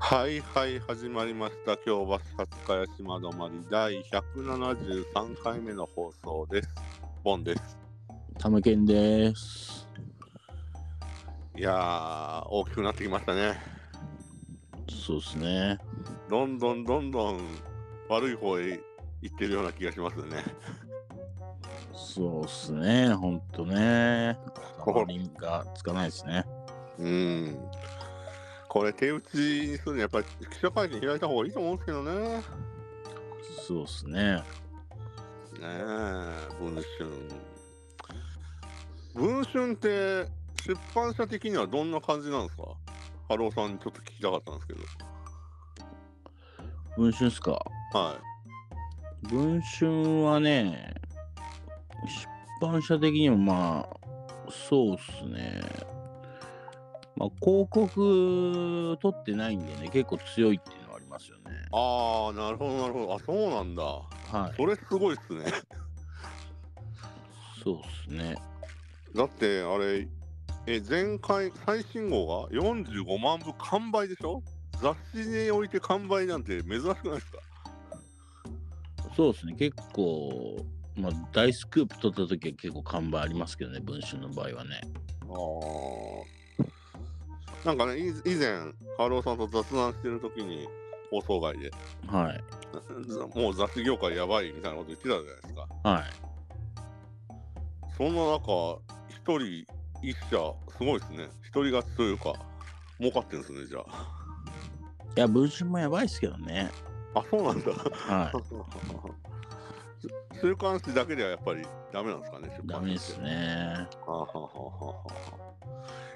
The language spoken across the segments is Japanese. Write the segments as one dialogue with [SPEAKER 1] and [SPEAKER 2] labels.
[SPEAKER 1] はいはい始まりました今日は薩茅島止まり第173回目の放送ですボンです
[SPEAKER 2] 玉健です。
[SPEAKER 1] いやー大きくなってきましたね
[SPEAKER 2] そうですね。
[SPEAKER 1] どんどんどんどん悪い方へ行ってるような気がしますね
[SPEAKER 2] そうですね。ほんとね。頭にがつかないですね。
[SPEAKER 1] うんこれ手打ちにするにはやっぱり記者会見開いた方がいいと思うんですけどねね
[SPEAKER 2] そうですね。
[SPEAKER 1] え文春文春って出版社的にはどんな感じなんですかハローさんにちょっと聞きたかったんですけど
[SPEAKER 2] 文春っすか。
[SPEAKER 1] は
[SPEAKER 2] 文春はね、出版社的にもまあ、そうっすね。まあ、広告取ってないんでね、結構強いっていうのはありますよね。
[SPEAKER 1] い。ああ、なるほど、なるほど。あ、そうなんだ。
[SPEAKER 2] はい。
[SPEAKER 1] それすごいっすね。
[SPEAKER 2] そうっすね。
[SPEAKER 1] だって、あれ、え、前回、最新号が45万部完売でしょ雑誌において完売なんて珍しくないですか
[SPEAKER 2] そうですね、結構、まあ、大スクープ取った時は結構看板ありますけどね、文春の場合はね。
[SPEAKER 1] ああ。なんかね、い以前、ハローさんと雑談してる時に、放送外で、
[SPEAKER 2] はい。
[SPEAKER 1] ざもう雑誌業界やばいみたいなこと言ってたじゃないですか。
[SPEAKER 2] は
[SPEAKER 1] そんな中、一人一社、すごいですね。一人勝ちというか、儲かってるんですね、じゃあ。
[SPEAKER 2] い。いや、文春もやばいですけどね。
[SPEAKER 1] あ、そうなんだ。
[SPEAKER 2] は
[SPEAKER 1] 週刊誌だけではやっぱりダメなんですかね、
[SPEAKER 2] い。
[SPEAKER 1] 週
[SPEAKER 2] ダ
[SPEAKER 1] 刊誌って
[SPEAKER 2] メですね。
[SPEAKER 1] あはははは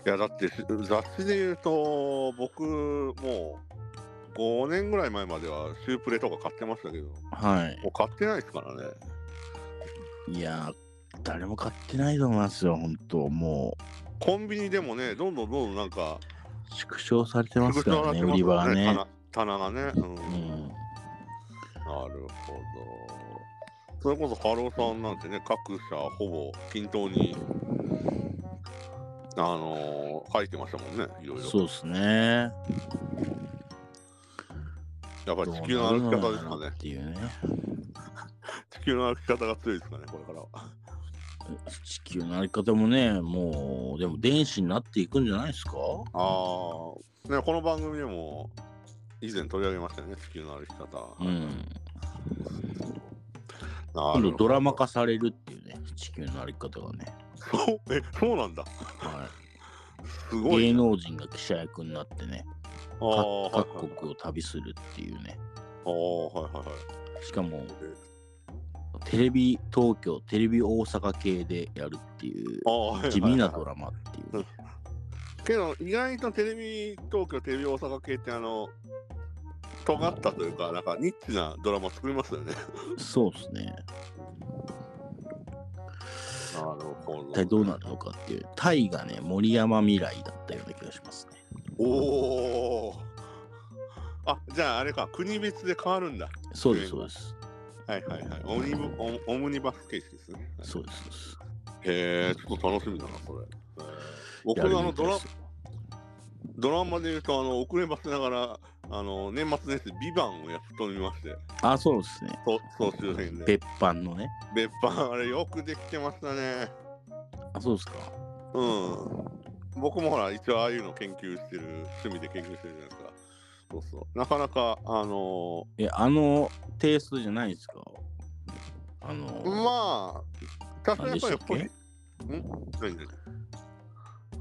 [SPEAKER 1] いや、だって雑誌で言うと、僕、もう5年ぐらい前まではシュープレとか買ってましたけど、も
[SPEAKER 2] は
[SPEAKER 1] う買ってないですからね。
[SPEAKER 2] い。いや、誰も買ってないと思いますよ、本当も
[SPEAKER 1] コンビニでもね、どんどんどんどんなんか、
[SPEAKER 2] う、縮小されてますか
[SPEAKER 1] な
[SPEAKER 2] らね、売り場はね。
[SPEAKER 1] 棚棚がね、うん。
[SPEAKER 2] うん。
[SPEAKER 1] なるほど。それこそハローさんなんてね、各社ほぼ均等に、あのー書いてましたもんね、いろいろ。
[SPEAKER 2] そうですね。
[SPEAKER 1] やっぱ
[SPEAKER 2] ど
[SPEAKER 1] り
[SPEAKER 2] うな
[SPEAKER 1] 地
[SPEAKER 2] る
[SPEAKER 1] 球の歩き方で
[SPEAKER 2] の
[SPEAKER 1] すか
[SPEAKER 2] かな
[SPEAKER 1] ね
[SPEAKER 2] っ。ていうね。
[SPEAKER 1] 地球の歩き方が強いですかね、これからは。
[SPEAKER 2] 地球のあり方もね、もう、でも電子になっていくんじゃないですか
[SPEAKER 1] ああ、ね、この番組でも以前取り上げましたよね、地球の歩き方。
[SPEAKER 2] うん。
[SPEAKER 1] な
[SPEAKER 2] 今度
[SPEAKER 1] るほど
[SPEAKER 2] ドラマ化されるっていうね、地球の歩き方がね。
[SPEAKER 1] そうえ、そうなんだ。
[SPEAKER 2] は
[SPEAKER 1] す
[SPEAKER 2] い、
[SPEAKER 1] ごい
[SPEAKER 2] 芸
[SPEAKER 1] ね。
[SPEAKER 2] 能人が記者役になってね、
[SPEAKER 1] あ
[SPEAKER 2] か
[SPEAKER 1] あ、はいはい
[SPEAKER 2] 各国を旅するっていうね。
[SPEAKER 1] あーはいはいはい。
[SPEAKER 2] しかも、テレビ東京、テレビ大阪系でやるっていう、
[SPEAKER 1] ああ、はいはいはい
[SPEAKER 2] 地味なドラマっていうね。
[SPEAKER 1] けど意外とテレビ東京テレビ大阪系ってあの尖ったというかなんかニッチなドラマ作りますよね。
[SPEAKER 2] そうですね。
[SPEAKER 1] なるほど
[SPEAKER 2] 一体どうなるのかっていう。タイがね、森山未来だったような気がしますね。
[SPEAKER 1] おお。あじゃああれか国別で変わるんだ。
[SPEAKER 2] そうです、そうです。
[SPEAKER 1] はいはいはい。オムニブオオムニバス形式ですね。はい
[SPEAKER 2] そうです、そうです。
[SPEAKER 1] へえちょっと楽しみだなそれ。えー僕
[SPEAKER 2] やる
[SPEAKER 1] のあの
[SPEAKER 2] みた
[SPEAKER 1] ド
[SPEAKER 2] い
[SPEAKER 1] ラ
[SPEAKER 2] です
[SPEAKER 1] ドラマで言うとあの遅ればせながらあの年末年始ビバンをやっと見まして
[SPEAKER 2] あ、そうですね。
[SPEAKER 1] と総集編で
[SPEAKER 2] 別班のね。
[SPEAKER 1] 別班あれよくできてましたね。
[SPEAKER 2] あ、そうですか。
[SPEAKER 1] うん。僕もほら、一応ああいうの研究してる、趣味で研究してるじゃないですか。そうそう。なかなか、あの
[SPEAKER 2] え、あのテイストじゃないですかあの、
[SPEAKER 1] ーまあ、多少やっぱりポジ
[SPEAKER 2] 何でし
[SPEAKER 1] ん何何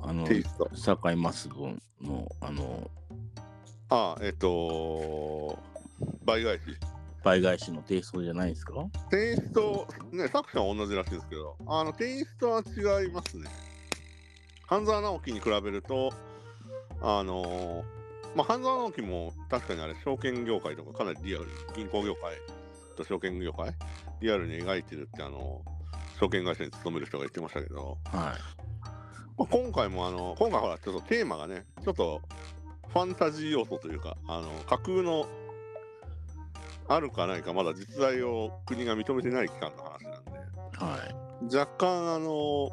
[SPEAKER 2] あの、
[SPEAKER 1] テイスト。
[SPEAKER 2] 堺マスドンの、あの、
[SPEAKER 1] ああ、えっと、倍返し。
[SPEAKER 2] 倍返しのテイストじゃないですか
[SPEAKER 1] テイスト、ね、作者は同じらしいんですけど、あの、テイストは違いますね。半沢直樹に比べると、あのーまあ、半沢直樹も確かにあれ、証券業界とかかなりリアル、銀行業界と証券業界、リアルに描いてるって、あの証券会社に勤める人が言ってましたけど、
[SPEAKER 2] は
[SPEAKER 1] まあ、今回もあの、今回ほら、ちょっとテーマがね、ちょっとファンタジー要素というか、あの架空のあるかないか、まだ実在を国が認めてない期間の話なんで、
[SPEAKER 2] い。は
[SPEAKER 1] 若干あの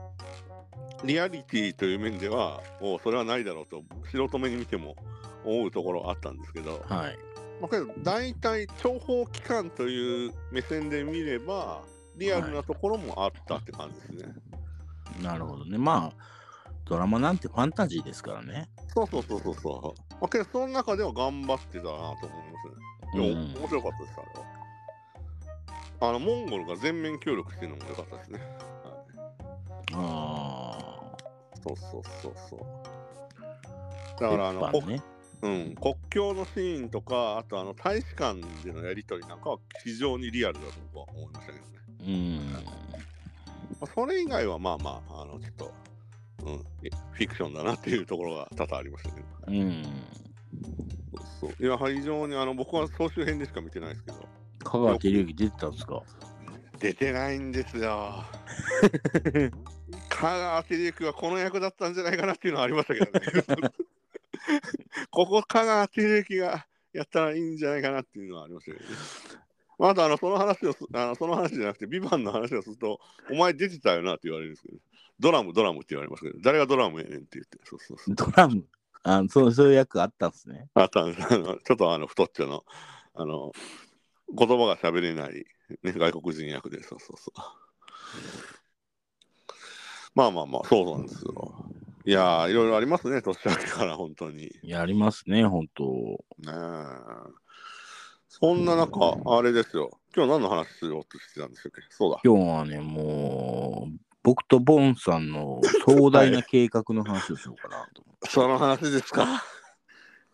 [SPEAKER 1] リアリティという面では、おそれはないだろうと、素人目に見ても思うところあったんですけど、
[SPEAKER 2] はい。
[SPEAKER 1] まあ、けど大体、諜報機関という目線で見れば、リアルなところもあったって感じですね。
[SPEAKER 2] なるほどね。まあ、ドラマなんてファンタジーですからね。
[SPEAKER 1] そうそうそうそうそう。まあ、けど、その中では頑張ってたなと思いますね。いや、
[SPEAKER 2] うん
[SPEAKER 1] 面白かったです、あれは。あの、モンゴルが全面協力してるのも良かったですね。
[SPEAKER 2] あ
[SPEAKER 1] そうそうそうそう。
[SPEAKER 2] あ。
[SPEAKER 1] だから、あの、
[SPEAKER 2] 別班ね。
[SPEAKER 1] うん、国境のシーンとか、あとあの大使館でのやり取りなんかは非常にリアルだと僕は思いましたけどね。
[SPEAKER 2] うん。
[SPEAKER 1] まあ、それ以外はまあまあ、あのちょっと、うん、えフィクションだなっていうところが多々ありましたけど、
[SPEAKER 2] うん。
[SPEAKER 1] そうそういや非常にあの僕は総集編でしか見てないですけど、
[SPEAKER 2] 香川照之出てたんですか
[SPEAKER 1] 出てないんですよ。香川照之はこの役だったんじゃないかなっていうのはありましたけどね。ここ香川照之がやったらいいんじゃないかなっていうのはありましたけどね。まあ、あとあのその話をすあのその話じゃなくて「ビバンの話をすると「お前出てたよな」って言われるんですけど「ドラムドラム」って言われますけど誰がドラムやねんって言ってそうそうそう
[SPEAKER 2] ドラム。あそうそういう役あったんですね。
[SPEAKER 1] あとあの ちょっとあの太っちょのあの言葉が喋れない、ね、外国人役でそうそうそうまあまあまあそうなんですよいやーいろいろありますね年明けから本当に
[SPEAKER 2] やりますね、本当
[SPEAKER 1] ねえそんな中あれですよ今日何の話しようとしてたんでしたっけそうだ
[SPEAKER 2] 今日はね、もう、僕とボンさんの壮大な計画の話をしようかなと思って。
[SPEAKER 1] その話ですか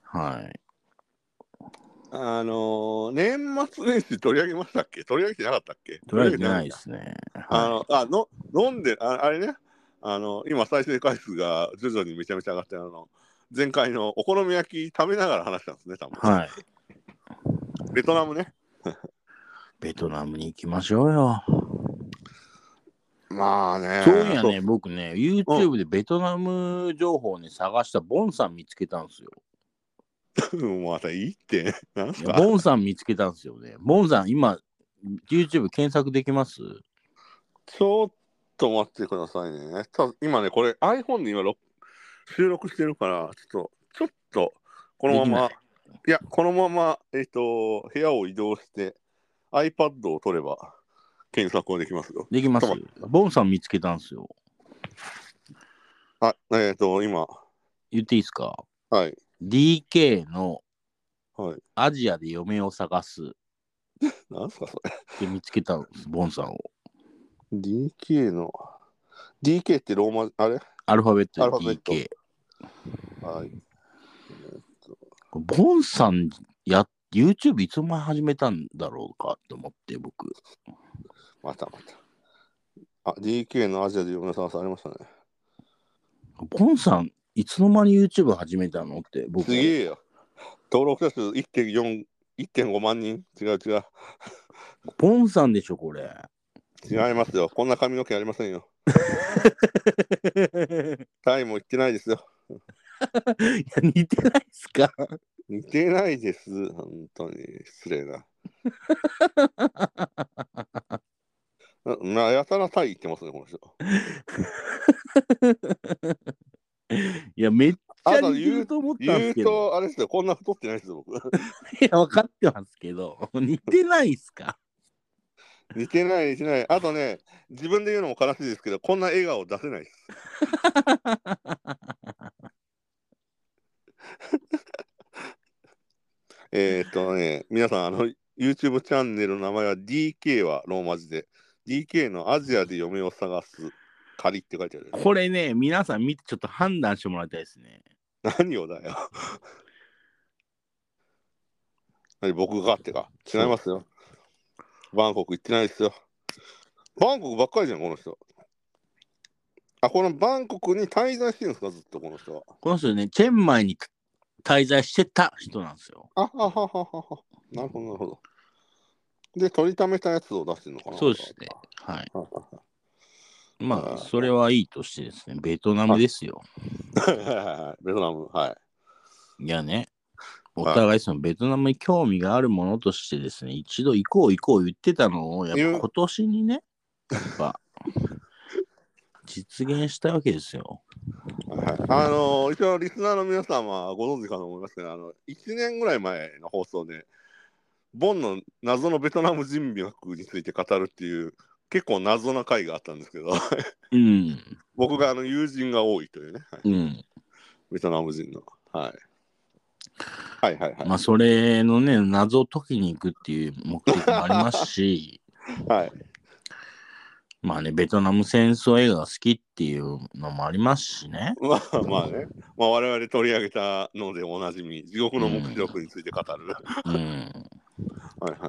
[SPEAKER 2] はい。
[SPEAKER 1] あのー年末年始取り上げましたっけ取り上げてなかったっけ
[SPEAKER 2] とりあえずない
[SPEAKER 1] で
[SPEAKER 2] ですね。
[SPEAKER 1] あ
[SPEAKER 2] は
[SPEAKER 1] の、あの、飲んで、ああれね、あの、今再生回数が徐々にめちゃめちゃ上がって、あの、前回のお好み焼き食べながら話したんですね、多分。
[SPEAKER 2] い。はい。
[SPEAKER 1] ベトナムね。
[SPEAKER 2] ベトナムに行きましょうよ。
[SPEAKER 1] まあね
[SPEAKER 2] そういやね、僕ね、YouTube でベトナム情報をね、探したボンさん見つけたんですよ。
[SPEAKER 1] そう。またいいって。 なんす
[SPEAKER 2] いや
[SPEAKER 1] か
[SPEAKER 2] ボンさん見つけたんですよね。ボンさん、今、YouTube 検索できます
[SPEAKER 1] ちょっと待ってくださいね。た今ね、これ iPhone で今録収録してるから、ちょっと、ちょっと、このまま、
[SPEAKER 2] で
[SPEAKER 1] いや、このまま、えっ、と、部屋を移動して、iPad を取れば、検索はできますよ。
[SPEAKER 2] できます
[SPEAKER 1] ちょっと
[SPEAKER 2] ボンさん見つけたんですよ。
[SPEAKER 1] あ、えっ、と、今、
[SPEAKER 2] 言っていいですか
[SPEAKER 1] はい。
[SPEAKER 2] ?DK の
[SPEAKER 1] はい。
[SPEAKER 2] アジアで嫁を探すっ
[SPEAKER 1] なんすかそれ。
[SPEAKER 2] て見つけたんです、ボンさんを。
[SPEAKER 1] DK の。DK ってローマ、あれ
[SPEAKER 2] アルファベッ
[SPEAKER 1] アル
[SPEAKER 2] ト
[SPEAKER 1] ファベ
[SPEAKER 2] で
[SPEAKER 1] ット
[SPEAKER 2] DK。
[SPEAKER 1] はい。
[SPEAKER 2] ボンさんや、YouTube いつ前始めたんだろうかと思って、僕。
[SPEAKER 1] またまた。あ、DK のアジアで嫁さんさんありましたね。
[SPEAKER 2] ボンさん、いつの間に YouTube 始めたのって、僕
[SPEAKER 1] す。げえよ。登録者数1.4、1.5万人違う違う。
[SPEAKER 2] ボンさんでしょ、これ。
[SPEAKER 1] 違いますよ。こんな髪の毛ありませんよ。タイも行ってないですよ。
[SPEAKER 2] いや似てないっすか
[SPEAKER 1] 似てないです。本当に。失礼 な。ななやたらタイ行ってますね、この人。
[SPEAKER 2] いや、めっちゃ
[SPEAKER 1] あと
[SPEAKER 2] 似て
[SPEAKER 1] 言
[SPEAKER 2] る
[SPEAKER 1] う
[SPEAKER 2] と思ったんで
[SPEAKER 1] 言
[SPEAKER 2] す
[SPEAKER 1] う
[SPEAKER 2] けど。
[SPEAKER 1] と、あれですよ。こんな太ってないですよ、僕。
[SPEAKER 2] いや、分かってますけど、似てないっすか
[SPEAKER 1] 似てない似てないあとね自分で言うのも悲しいですけどこんな笑顔出せないですえーっとね皆さんあの YouTube チャンネルの名前は DK はローマ字で DK のアジアで嫁を探す仮って書いてある
[SPEAKER 2] これね、皆さん見てちょっと判断してもらいたいですね。
[SPEAKER 1] 何をだよ何僕がってか違いますよバンコク行ってないですよバンコクばっかりじゃんこの人あこのバンコクに滞在してるんですかずっとこの人は
[SPEAKER 2] この人ね、チェンマイに滞在してた人なんですよ。
[SPEAKER 1] あはははははなるほどなるほどで取りためたやつを出してるのかな
[SPEAKER 2] そうですね。はい。
[SPEAKER 1] ははは
[SPEAKER 2] ま
[SPEAKER 1] あー
[SPEAKER 2] あ、それはいいとしてですね、ベトナムですよ。
[SPEAKER 1] はベトナムはい
[SPEAKER 2] いやね、お
[SPEAKER 1] はい
[SPEAKER 2] 互いそのベトナムに興味があるものとしてですね、一度行こう行こう言ってたのを、やっ
[SPEAKER 1] 言
[SPEAKER 2] ぱ
[SPEAKER 1] う
[SPEAKER 2] 今年にね、やっぱ、実現したわけですよ。
[SPEAKER 1] はい、あの一応リスナーの皆さんはご存知かと思いますけどあの1年ぐらい前の放送でボンの謎のベトナム人脈について語るっていう結構謎な回があったんですけど
[SPEAKER 2] うん。
[SPEAKER 1] 僕があの友人が多いというね、はい
[SPEAKER 2] うん。
[SPEAKER 1] ベトナム人の、はい、はいはいはい
[SPEAKER 2] まあ、それのね、謎を解きに行くっていう目的もありますし、
[SPEAKER 1] はい
[SPEAKER 2] まあね、ベトナム戦争映画が好きっていうのもありますしね。
[SPEAKER 1] まあまあね、まあ、我々取り上げたのでおなじみ地獄の目録について語る、は
[SPEAKER 2] うん。
[SPEAKER 1] いはいは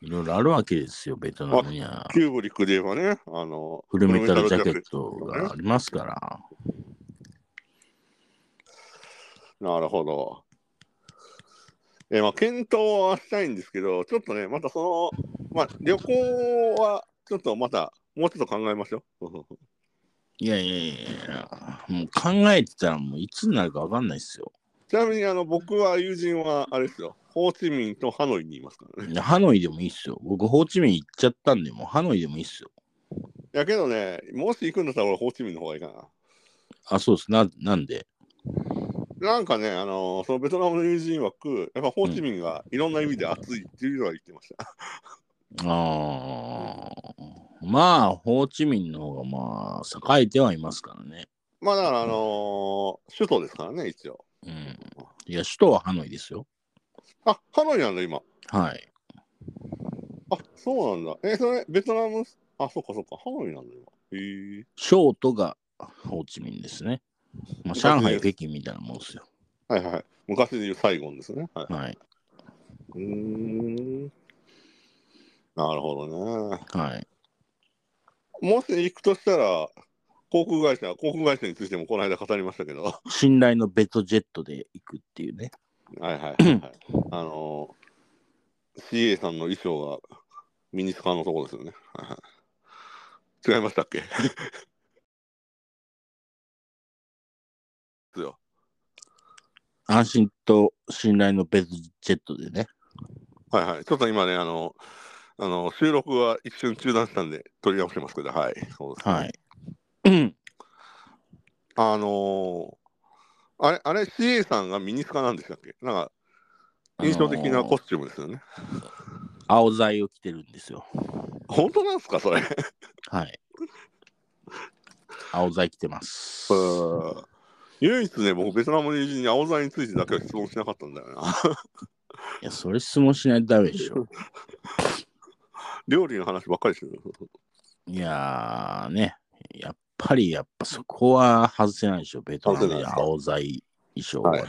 [SPEAKER 1] い
[SPEAKER 2] いろいろあるわけですよ、ベトナムには。
[SPEAKER 1] キューブリックで言えばねあの
[SPEAKER 2] フルメタルジャケットがありますから。
[SPEAKER 1] なるほど。えーまあ、検討はしたいんですけど、ちょっとね、またその、まあ、旅行はちょっとまた、もうちょっと考えましょう。
[SPEAKER 2] いやいやいやいや、もう考えてたらもういつになるかわかんないですよ。
[SPEAKER 1] ちなみに、あの、僕は友人は、あれですよ、ホーチミンとハノイにいますからね。
[SPEAKER 2] でハノイでもいいっすよ。僕、ホーチミン行っちゃったんで、もうハノイでもいいっすよ。
[SPEAKER 1] いやけどね、もし行くんだったら俺、ホーチミンの方がいいかな。
[SPEAKER 2] あ、そうです。な、なんで
[SPEAKER 1] なんかね、あのそのベトナムの友人曰く、やっぱホーチミンがいろんな意味で熱いっていうのは言ってました。
[SPEAKER 2] あーまあ、ホーチミンの方がまあ、栄えてはいますからね。
[SPEAKER 1] まあ、だから、あの首都ですからね、一応。
[SPEAKER 2] うん。いや、首都はハノイですよ。
[SPEAKER 1] あ、ハノイなんだ、今。
[SPEAKER 2] はい。
[SPEAKER 1] あ、そうなんだ。え、それ、ベトナム、あ、そっかそっか、ハノイなんだ、今。へえ。
[SPEAKER 2] ショートがホーチミンですね。まあ、上海、北京みたいなもんですよ。
[SPEAKER 1] はいはい。昔で言うサイゴンですね。は
[SPEAKER 2] はい。
[SPEAKER 1] い。うーん。なるほどね。
[SPEAKER 2] はい。
[SPEAKER 1] もし行くとしたら、航空会社、航空会社についてもこの間語りましたけど、は
[SPEAKER 2] 信頼のベトジェットで行くっていうね。
[SPEAKER 1] いはいはい、はい。あのー、CA さんの衣装がミニスカのとこですよね。はいはい違いましたっけですよ。
[SPEAKER 2] 安心と信頼のベトジェットでね。
[SPEAKER 1] はいはい。ちょっと今ね、あの、あの収録は一瞬中断したんで、取り直してますけど、はい。そうですね
[SPEAKER 2] はい。うん
[SPEAKER 1] あのー、あれ、あれ、CA さんがミニスカなんでしたっけなんか、印象的なコスチュームですよね。
[SPEAKER 2] 青材を着てるんですよ。
[SPEAKER 1] 本当なんですか、それ。
[SPEAKER 2] はい。青材着てます。
[SPEAKER 1] 唯一ね、僕、ベトナムの友人に青剤についてだけは質問しなかったんだよ な。
[SPEAKER 2] いや、それ質問しないとダメでしょ。
[SPEAKER 1] 料理の話ばっかりしてる。
[SPEAKER 2] いやーね、やっぱりやっぱそこは外せないでしょ、ベトナムで青材衣装は
[SPEAKER 1] は
[SPEAKER 2] ね。
[SPEAKER 1] い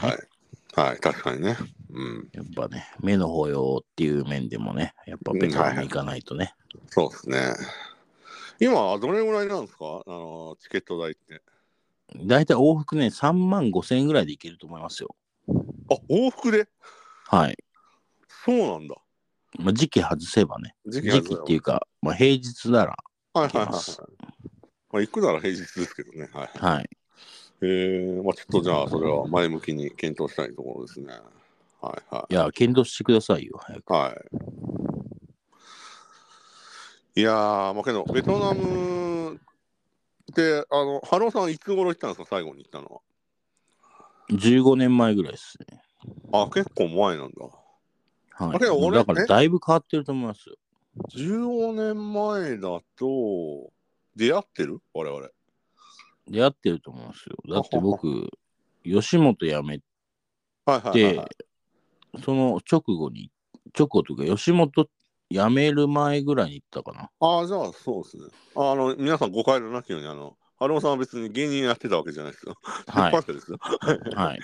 [SPEAKER 1] はい。はい、確かにね。うん、
[SPEAKER 2] やっぱね、目の保養っていう面でもね、やっぱベトナム行かないとね。
[SPEAKER 1] そうですね。今、どれぐらいなんですかあのチケット代って。
[SPEAKER 2] だいたい往復ね、3万5千円ぐらいで行けると思いますよ。
[SPEAKER 1] あ、往復で
[SPEAKER 2] はい。
[SPEAKER 1] そうなんだ。
[SPEAKER 2] まあ、時期外せばね。
[SPEAKER 1] 時
[SPEAKER 2] 時期っていうか、まあ、平日なら
[SPEAKER 1] はいはい
[SPEAKER 2] 行け
[SPEAKER 1] はい、は
[SPEAKER 2] ます。
[SPEAKER 1] い。まあ、行くなら平日ですけどね。はい。
[SPEAKER 2] はい。
[SPEAKER 1] えー、まあちょっとじゃあ、それは前向きに検討したいところですね。はいはい
[SPEAKER 2] や、検討してくださいよ、早く。
[SPEAKER 1] い。はい。いやー、まあけど、ベトナムって、あの、ハローさんいつ頃行ったんですか、最後に行ったの
[SPEAKER 2] 15年前ぐらいですね。
[SPEAKER 1] は。あ、結構前なんだ。
[SPEAKER 2] は
[SPEAKER 1] だけど
[SPEAKER 2] い。
[SPEAKER 1] 俺
[SPEAKER 2] だから
[SPEAKER 1] え
[SPEAKER 2] だいぶ変わってると思いますよ。
[SPEAKER 1] 15年前だと、出会ってる我々。
[SPEAKER 2] 出会ってると思いますよ。だって僕、吉本辞め
[SPEAKER 1] はいはいはい、
[SPEAKER 2] て
[SPEAKER 1] はい。、
[SPEAKER 2] その直後に、直後というか、吉本辞める前ぐらいに行ったかな。
[SPEAKER 1] ああ、じゃあそうですね。あの、皆さん誤解のなきように、あの、ハローさんは別に芸人やってたわけじゃないですよ。
[SPEAKER 2] は
[SPEAKER 1] 出版社ですよ。
[SPEAKER 2] い。はい。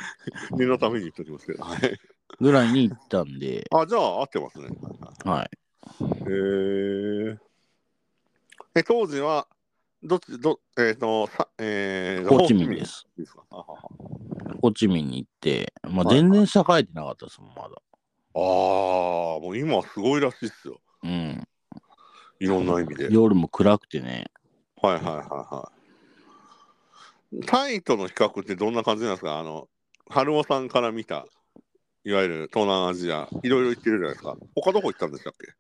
[SPEAKER 1] 念のために言っときますけど。はい。
[SPEAKER 2] ぐらいに行ったんで、
[SPEAKER 1] あ、じゃあ合ってますね。
[SPEAKER 2] はい。
[SPEAKER 1] へえ。え、当時は、どっち、ど、えっ、と、さえー、。
[SPEAKER 2] ホーチミンですす。
[SPEAKER 1] ですかあはは
[SPEAKER 2] ホーチミンに行って、まあ、
[SPEAKER 1] はい
[SPEAKER 2] 全然栄えてなかったですもん、まだ。
[SPEAKER 1] あー、もう今はすごいらしいっすよ。
[SPEAKER 2] うん。
[SPEAKER 1] いろんな意味で。はい
[SPEAKER 2] 夜も暗くてね。
[SPEAKER 1] はいはいはい。タイとの比較ってどんな感じなんですかあの、春尾さんから見た、いわゆる東南アジア、いろいろ行ってるじゃないですか。他どこ行ったんでしたっけ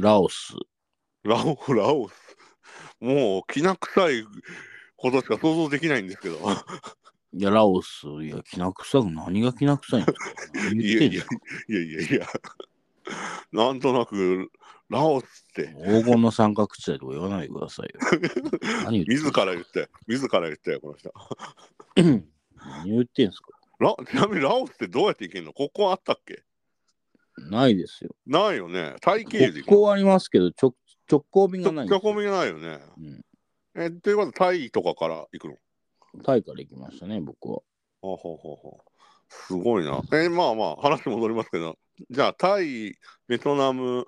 [SPEAKER 2] ラオス、
[SPEAKER 1] ラオ、ラオス。もうきな臭いことしか想像できないんですけど
[SPEAKER 2] いや、ラオス、いや、きな臭く、何がきな臭いんで すか何言ってんじゃん。
[SPEAKER 1] いやいやい やなんとなくラオスって
[SPEAKER 2] 黄金の三角地帯とか言わないでく ださいよ。何言ってん
[SPEAKER 1] 自
[SPEAKER 2] すから
[SPEAKER 1] 言って自ら言ってこの人
[SPEAKER 2] 何言ってんすか
[SPEAKER 1] ラちなみにラオスってどうやって行けんのここあったっけ
[SPEAKER 2] ないですよ。
[SPEAKER 1] ないよね体型で行く
[SPEAKER 2] ここはありますけど、直直行便がないん
[SPEAKER 1] ち
[SPEAKER 2] で
[SPEAKER 1] ょ
[SPEAKER 2] すよ
[SPEAKER 1] こみがないよね
[SPEAKER 2] うん
[SPEAKER 1] えということはタイとかから行くの
[SPEAKER 2] タイから行きましたね、僕は。
[SPEAKER 1] ほうほうほうほうすごいな。えーまあまあ話戻りますけど、じゃあタイ、ベトナム、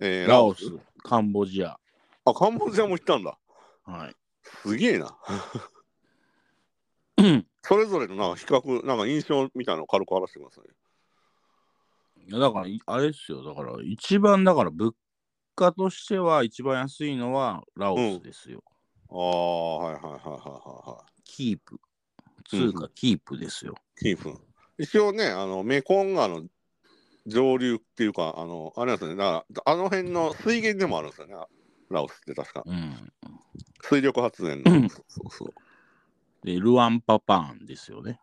[SPEAKER 1] えー
[SPEAKER 2] ラオス、カンボジア。
[SPEAKER 1] あ、カンボジアも行ったんだ。
[SPEAKER 2] はい。
[SPEAKER 1] すげえな。それぞれのなんか比較、なんか印象みたいなのを軽く話してください。
[SPEAKER 2] いやだから、いあれですよ。だから、一番、だから、物価としては、一番安いのはラオスですよ。
[SPEAKER 1] ああ、はいはいはいはいはいは
[SPEAKER 2] キー
[SPEAKER 1] う
[SPEAKER 2] プ。
[SPEAKER 1] ん
[SPEAKER 2] 通貨キープですよ。
[SPEAKER 1] い。キープ。一応ね、あのメコン川の上流っていうか、あの、あれなんですよね、だからあの辺の水源でもあるんですよね、ラオスって確か。
[SPEAKER 2] うん。
[SPEAKER 1] 水力発電の。
[SPEAKER 2] うん
[SPEAKER 1] そうそうそう。
[SPEAKER 2] で、ルアンパパーンですよね。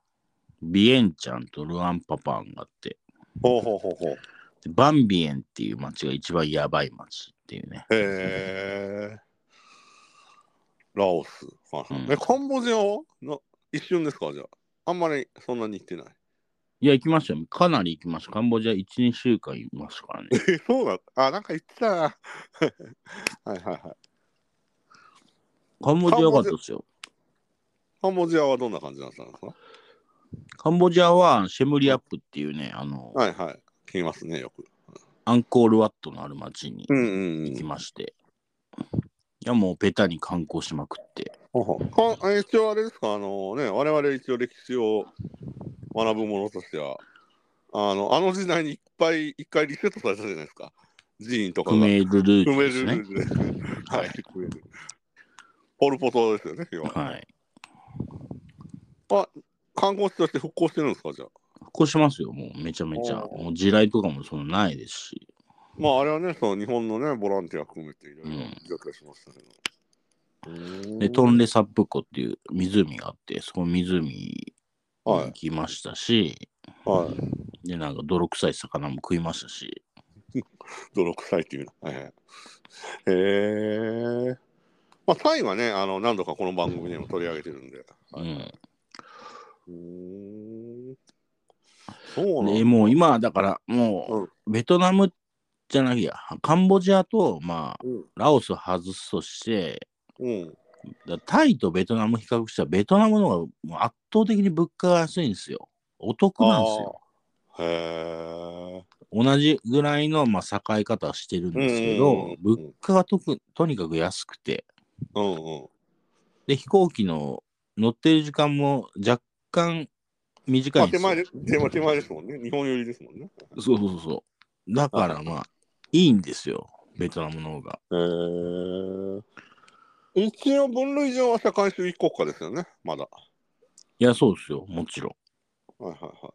[SPEAKER 2] ビエンチャンとルアンパパーンがあって、
[SPEAKER 1] ほうほうほうほう。
[SPEAKER 2] でバンビエンっていう町が一番やばい町っていうね。
[SPEAKER 1] へえ。ラオス。はいはい
[SPEAKER 2] うん
[SPEAKER 1] え、カンボジアはな一瞬ですかじゃあ。あんまりそんなに行ってない。
[SPEAKER 2] いや、行きましたよ。かなり行きました。カンボジア1、2週間いましたから ね。
[SPEAKER 1] え、そうだった。あ、なんか言ってたな。 はいはいはい。
[SPEAKER 2] カンボジア良かったですよ。
[SPEAKER 1] カンボジアはどんな感じだったんですか
[SPEAKER 2] カンボジアはシェムリアップっていうね、あの、
[SPEAKER 1] はいはい。聞きますね、よく。
[SPEAKER 2] アンコールワットのある町に
[SPEAKER 1] うんう
[SPEAKER 2] 行き
[SPEAKER 1] ん
[SPEAKER 2] まして、いや、もうベタに観光しまくって。
[SPEAKER 1] うん。かんえ一応あれですか、あのね、我々一応歴史を学ぶものとしては、あのあの時代にいっぱい一回リセットされたじゃないですか。寺院とか
[SPEAKER 2] ク
[SPEAKER 1] が。
[SPEAKER 2] メールルー
[SPEAKER 1] 埋
[SPEAKER 2] ジュ
[SPEAKER 1] め
[SPEAKER 2] です
[SPEAKER 1] る
[SPEAKER 2] ね。
[SPEAKER 1] はい、埋める。ポルポトですよね、要は。
[SPEAKER 2] はい。
[SPEAKER 1] 観光地として復興してるんですか、じゃあ。
[SPEAKER 2] 復興しますよ、もうめちゃめちゃ。
[SPEAKER 1] おー
[SPEAKER 2] もう地雷とかもそのないですし。
[SPEAKER 1] まあ、あれはね、その日本のね、ボランティア含めていろいろ
[SPEAKER 2] うん
[SPEAKER 1] 状況しましたけど。うー
[SPEAKER 2] で、
[SPEAKER 1] ん
[SPEAKER 2] トンレサップ湖っていう湖があって、そこ湖に
[SPEAKER 1] はい
[SPEAKER 2] 行、きましたし、
[SPEAKER 1] はい。
[SPEAKER 2] で、なんか泥臭い魚も食いましたし、
[SPEAKER 1] 泥臭いっていうの。はいはい、へえ。まあ、タイはね、あの何度かこの番組でも取り上げてるんで。
[SPEAKER 2] う
[SPEAKER 1] はい
[SPEAKER 2] ん。
[SPEAKER 1] うーんそうなん
[SPEAKER 2] で、
[SPEAKER 1] だ
[SPEAKER 2] もう今、だから
[SPEAKER 1] う
[SPEAKER 2] も
[SPEAKER 1] ん
[SPEAKER 2] う、ベトナムじゃなきゃ、カンボジアと、まあ、
[SPEAKER 1] うん
[SPEAKER 2] ラオスを外すとして、
[SPEAKER 1] うん。
[SPEAKER 2] だタイとベトナム比較したら、ベトナムの方がもう圧倒的に物価が安いんですよ。お得なんですよ。
[SPEAKER 1] あーへえ。
[SPEAKER 2] 同じぐらいの、まあ、栄え方はしてるんですけど、
[SPEAKER 1] うんうんうんうん
[SPEAKER 2] 物価がとくとにかく安くて
[SPEAKER 1] うんうん。
[SPEAKER 2] で飛行機の乗ってる時間も若干短
[SPEAKER 1] ま
[SPEAKER 2] い
[SPEAKER 1] あ、
[SPEAKER 2] んで
[SPEAKER 1] 手
[SPEAKER 2] すよ
[SPEAKER 1] 前で手前手前ですもんね。日本寄りですもんね。
[SPEAKER 2] そうそうそうそうだからまあいいんですよベトナムの方が
[SPEAKER 1] えー、一応分類上は社会主義国家ですよね、まだ。
[SPEAKER 2] いやそうですよもちろん
[SPEAKER 1] はいはいはい。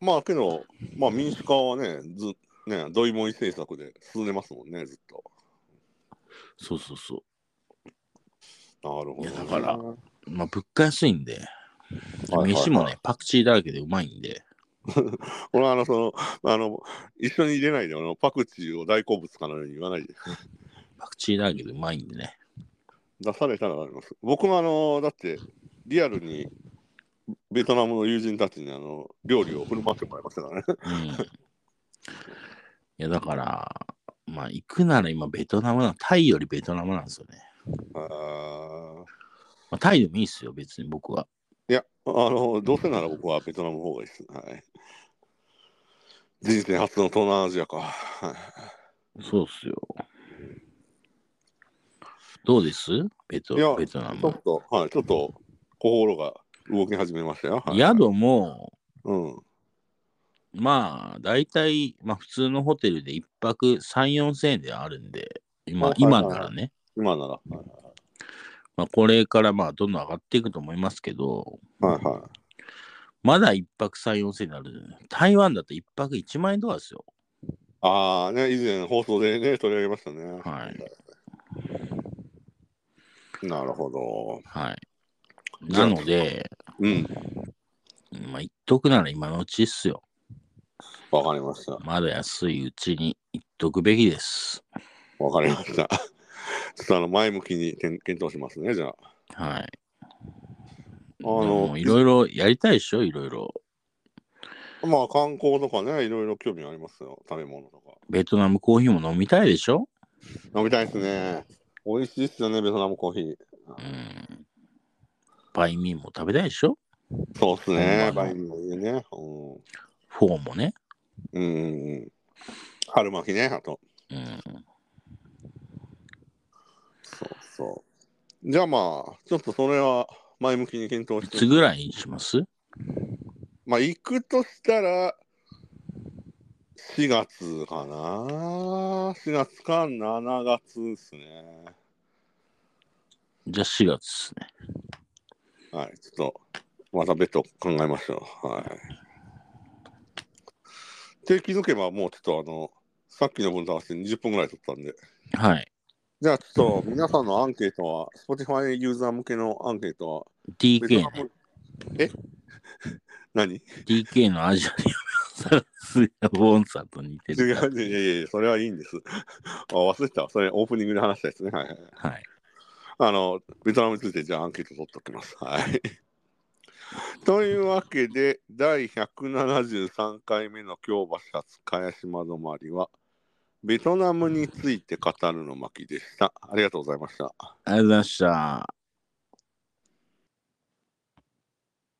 [SPEAKER 1] まあけど、まあ民主化はね、ずね、ドイモイ政策で進んでますもんね、ずっと。
[SPEAKER 2] そうそうそ
[SPEAKER 1] なるほど、
[SPEAKER 2] いやだから
[SPEAKER 1] は
[SPEAKER 2] うまあ物価安いんで
[SPEAKER 1] いはいはい
[SPEAKER 2] 飯もね、。パクチーだらけでうまいんで
[SPEAKER 1] 俺はあの、その、あの、一緒に入れないで、あの、パクチーを大好物かのように言わないで。
[SPEAKER 2] パクチーだらけでうまいんでね
[SPEAKER 1] 出されたらなります。僕もあの、だって、リアルに、ベトナムの友人たちにあの料理を振る舞ってもらいましたか らね。
[SPEAKER 2] うんいやだからまあ行くなら今ベトナムなタイよりベトナムなんですよね、
[SPEAKER 1] あー
[SPEAKER 2] まあ、タイでもいいっすよ別に僕はい
[SPEAKER 1] や、あの、どうせなら僕はベトナムの方がいいです。はい。人生初の東南アジアか。はい
[SPEAKER 2] そうっすよどうですベト
[SPEAKER 1] いや
[SPEAKER 2] ベト
[SPEAKER 1] ち
[SPEAKER 2] ナ
[SPEAKER 1] ょっ
[SPEAKER 2] ム
[SPEAKER 1] と、はい、ちょっと心が動き始めましたよ。はい、
[SPEAKER 2] 宿も
[SPEAKER 1] うん。
[SPEAKER 2] まあ大体、まあ、普通のホテルで1泊34000円であるんで今
[SPEAKER 1] はいはいは
[SPEAKER 2] 今
[SPEAKER 1] い
[SPEAKER 2] ならね、
[SPEAKER 1] 今なら。はい
[SPEAKER 2] まあ、これからまあどんどん上がっていくと思いますけど
[SPEAKER 1] はいはい。
[SPEAKER 2] まだ1泊34000円になる台湾だと1泊1万円とかですよ
[SPEAKER 1] ああね、以前放送でね、取り上げましたね。
[SPEAKER 2] はい
[SPEAKER 1] なるほど。
[SPEAKER 2] はい。
[SPEAKER 1] じゃ
[SPEAKER 2] な
[SPEAKER 1] あ
[SPEAKER 2] ので、
[SPEAKER 1] うん、
[SPEAKER 2] まあ、言っとくなら今のうちっすよ。
[SPEAKER 1] わかりました。
[SPEAKER 2] まだ安いうちに言っとくべきです。
[SPEAKER 1] わかりました。 ちょっとあの前向きに検検討しますね、じゃあ。
[SPEAKER 2] はい。
[SPEAKER 1] あの
[SPEAKER 2] もういろいろやりたいでしょ、いろいろ。
[SPEAKER 1] まあ観光とかね、いろいろ興味ありますよ。食べ物とか。
[SPEAKER 2] ベトナムコーヒーも飲みたいでしょ
[SPEAKER 1] 飲みたいですね。美味しいですよね、ベトナムコーヒー。
[SPEAKER 2] うん。バインミーも食べたいでしょ
[SPEAKER 1] そうっすね。
[SPEAKER 2] ほんま
[SPEAKER 1] バ
[SPEAKER 2] に
[SPEAKER 1] インミーね。
[SPEAKER 2] フォーもね。
[SPEAKER 1] うん。うんうんうん。春巻きね、あと。
[SPEAKER 2] うん。
[SPEAKER 1] そうそう。じゃあまあ、ちょっとそれは前向きに検討
[SPEAKER 2] い
[SPEAKER 1] して
[SPEAKER 2] つ。ぐらいにします
[SPEAKER 1] まあ、行くとしたら、4月かな。4月か7月ですね。
[SPEAKER 2] じゃあ4月ですね。
[SPEAKER 1] はい、ちょっと、また別途考えましょう。はい。で、気づけば、もうちょっとあの、さっきの分と合わせて20分ぐらい取ったんで。
[SPEAKER 2] はい。
[SPEAKER 1] じゃあ、ちょっと、皆さんのアンケートは、Spotify ユーザー向けのアンケートは、
[SPEAKER 2] DK ね、
[SPEAKER 1] え 何
[SPEAKER 2] DK のアジアでサラスヤボンさんと似て
[SPEAKER 1] 違う、い
[SPEAKER 2] る。
[SPEAKER 1] やいやいや、それはいいんです。あ忘れてた、それオープニングで話したやつね。はいはいはい。
[SPEAKER 2] はい。
[SPEAKER 1] あの、ベトナムについてじゃあアンケート取っておきます。はい。 というわけで、第173回目の京橋発茅島止まりは、ベトナムについて語るの巻でした。ありがとうございました。
[SPEAKER 2] ありがとうございました。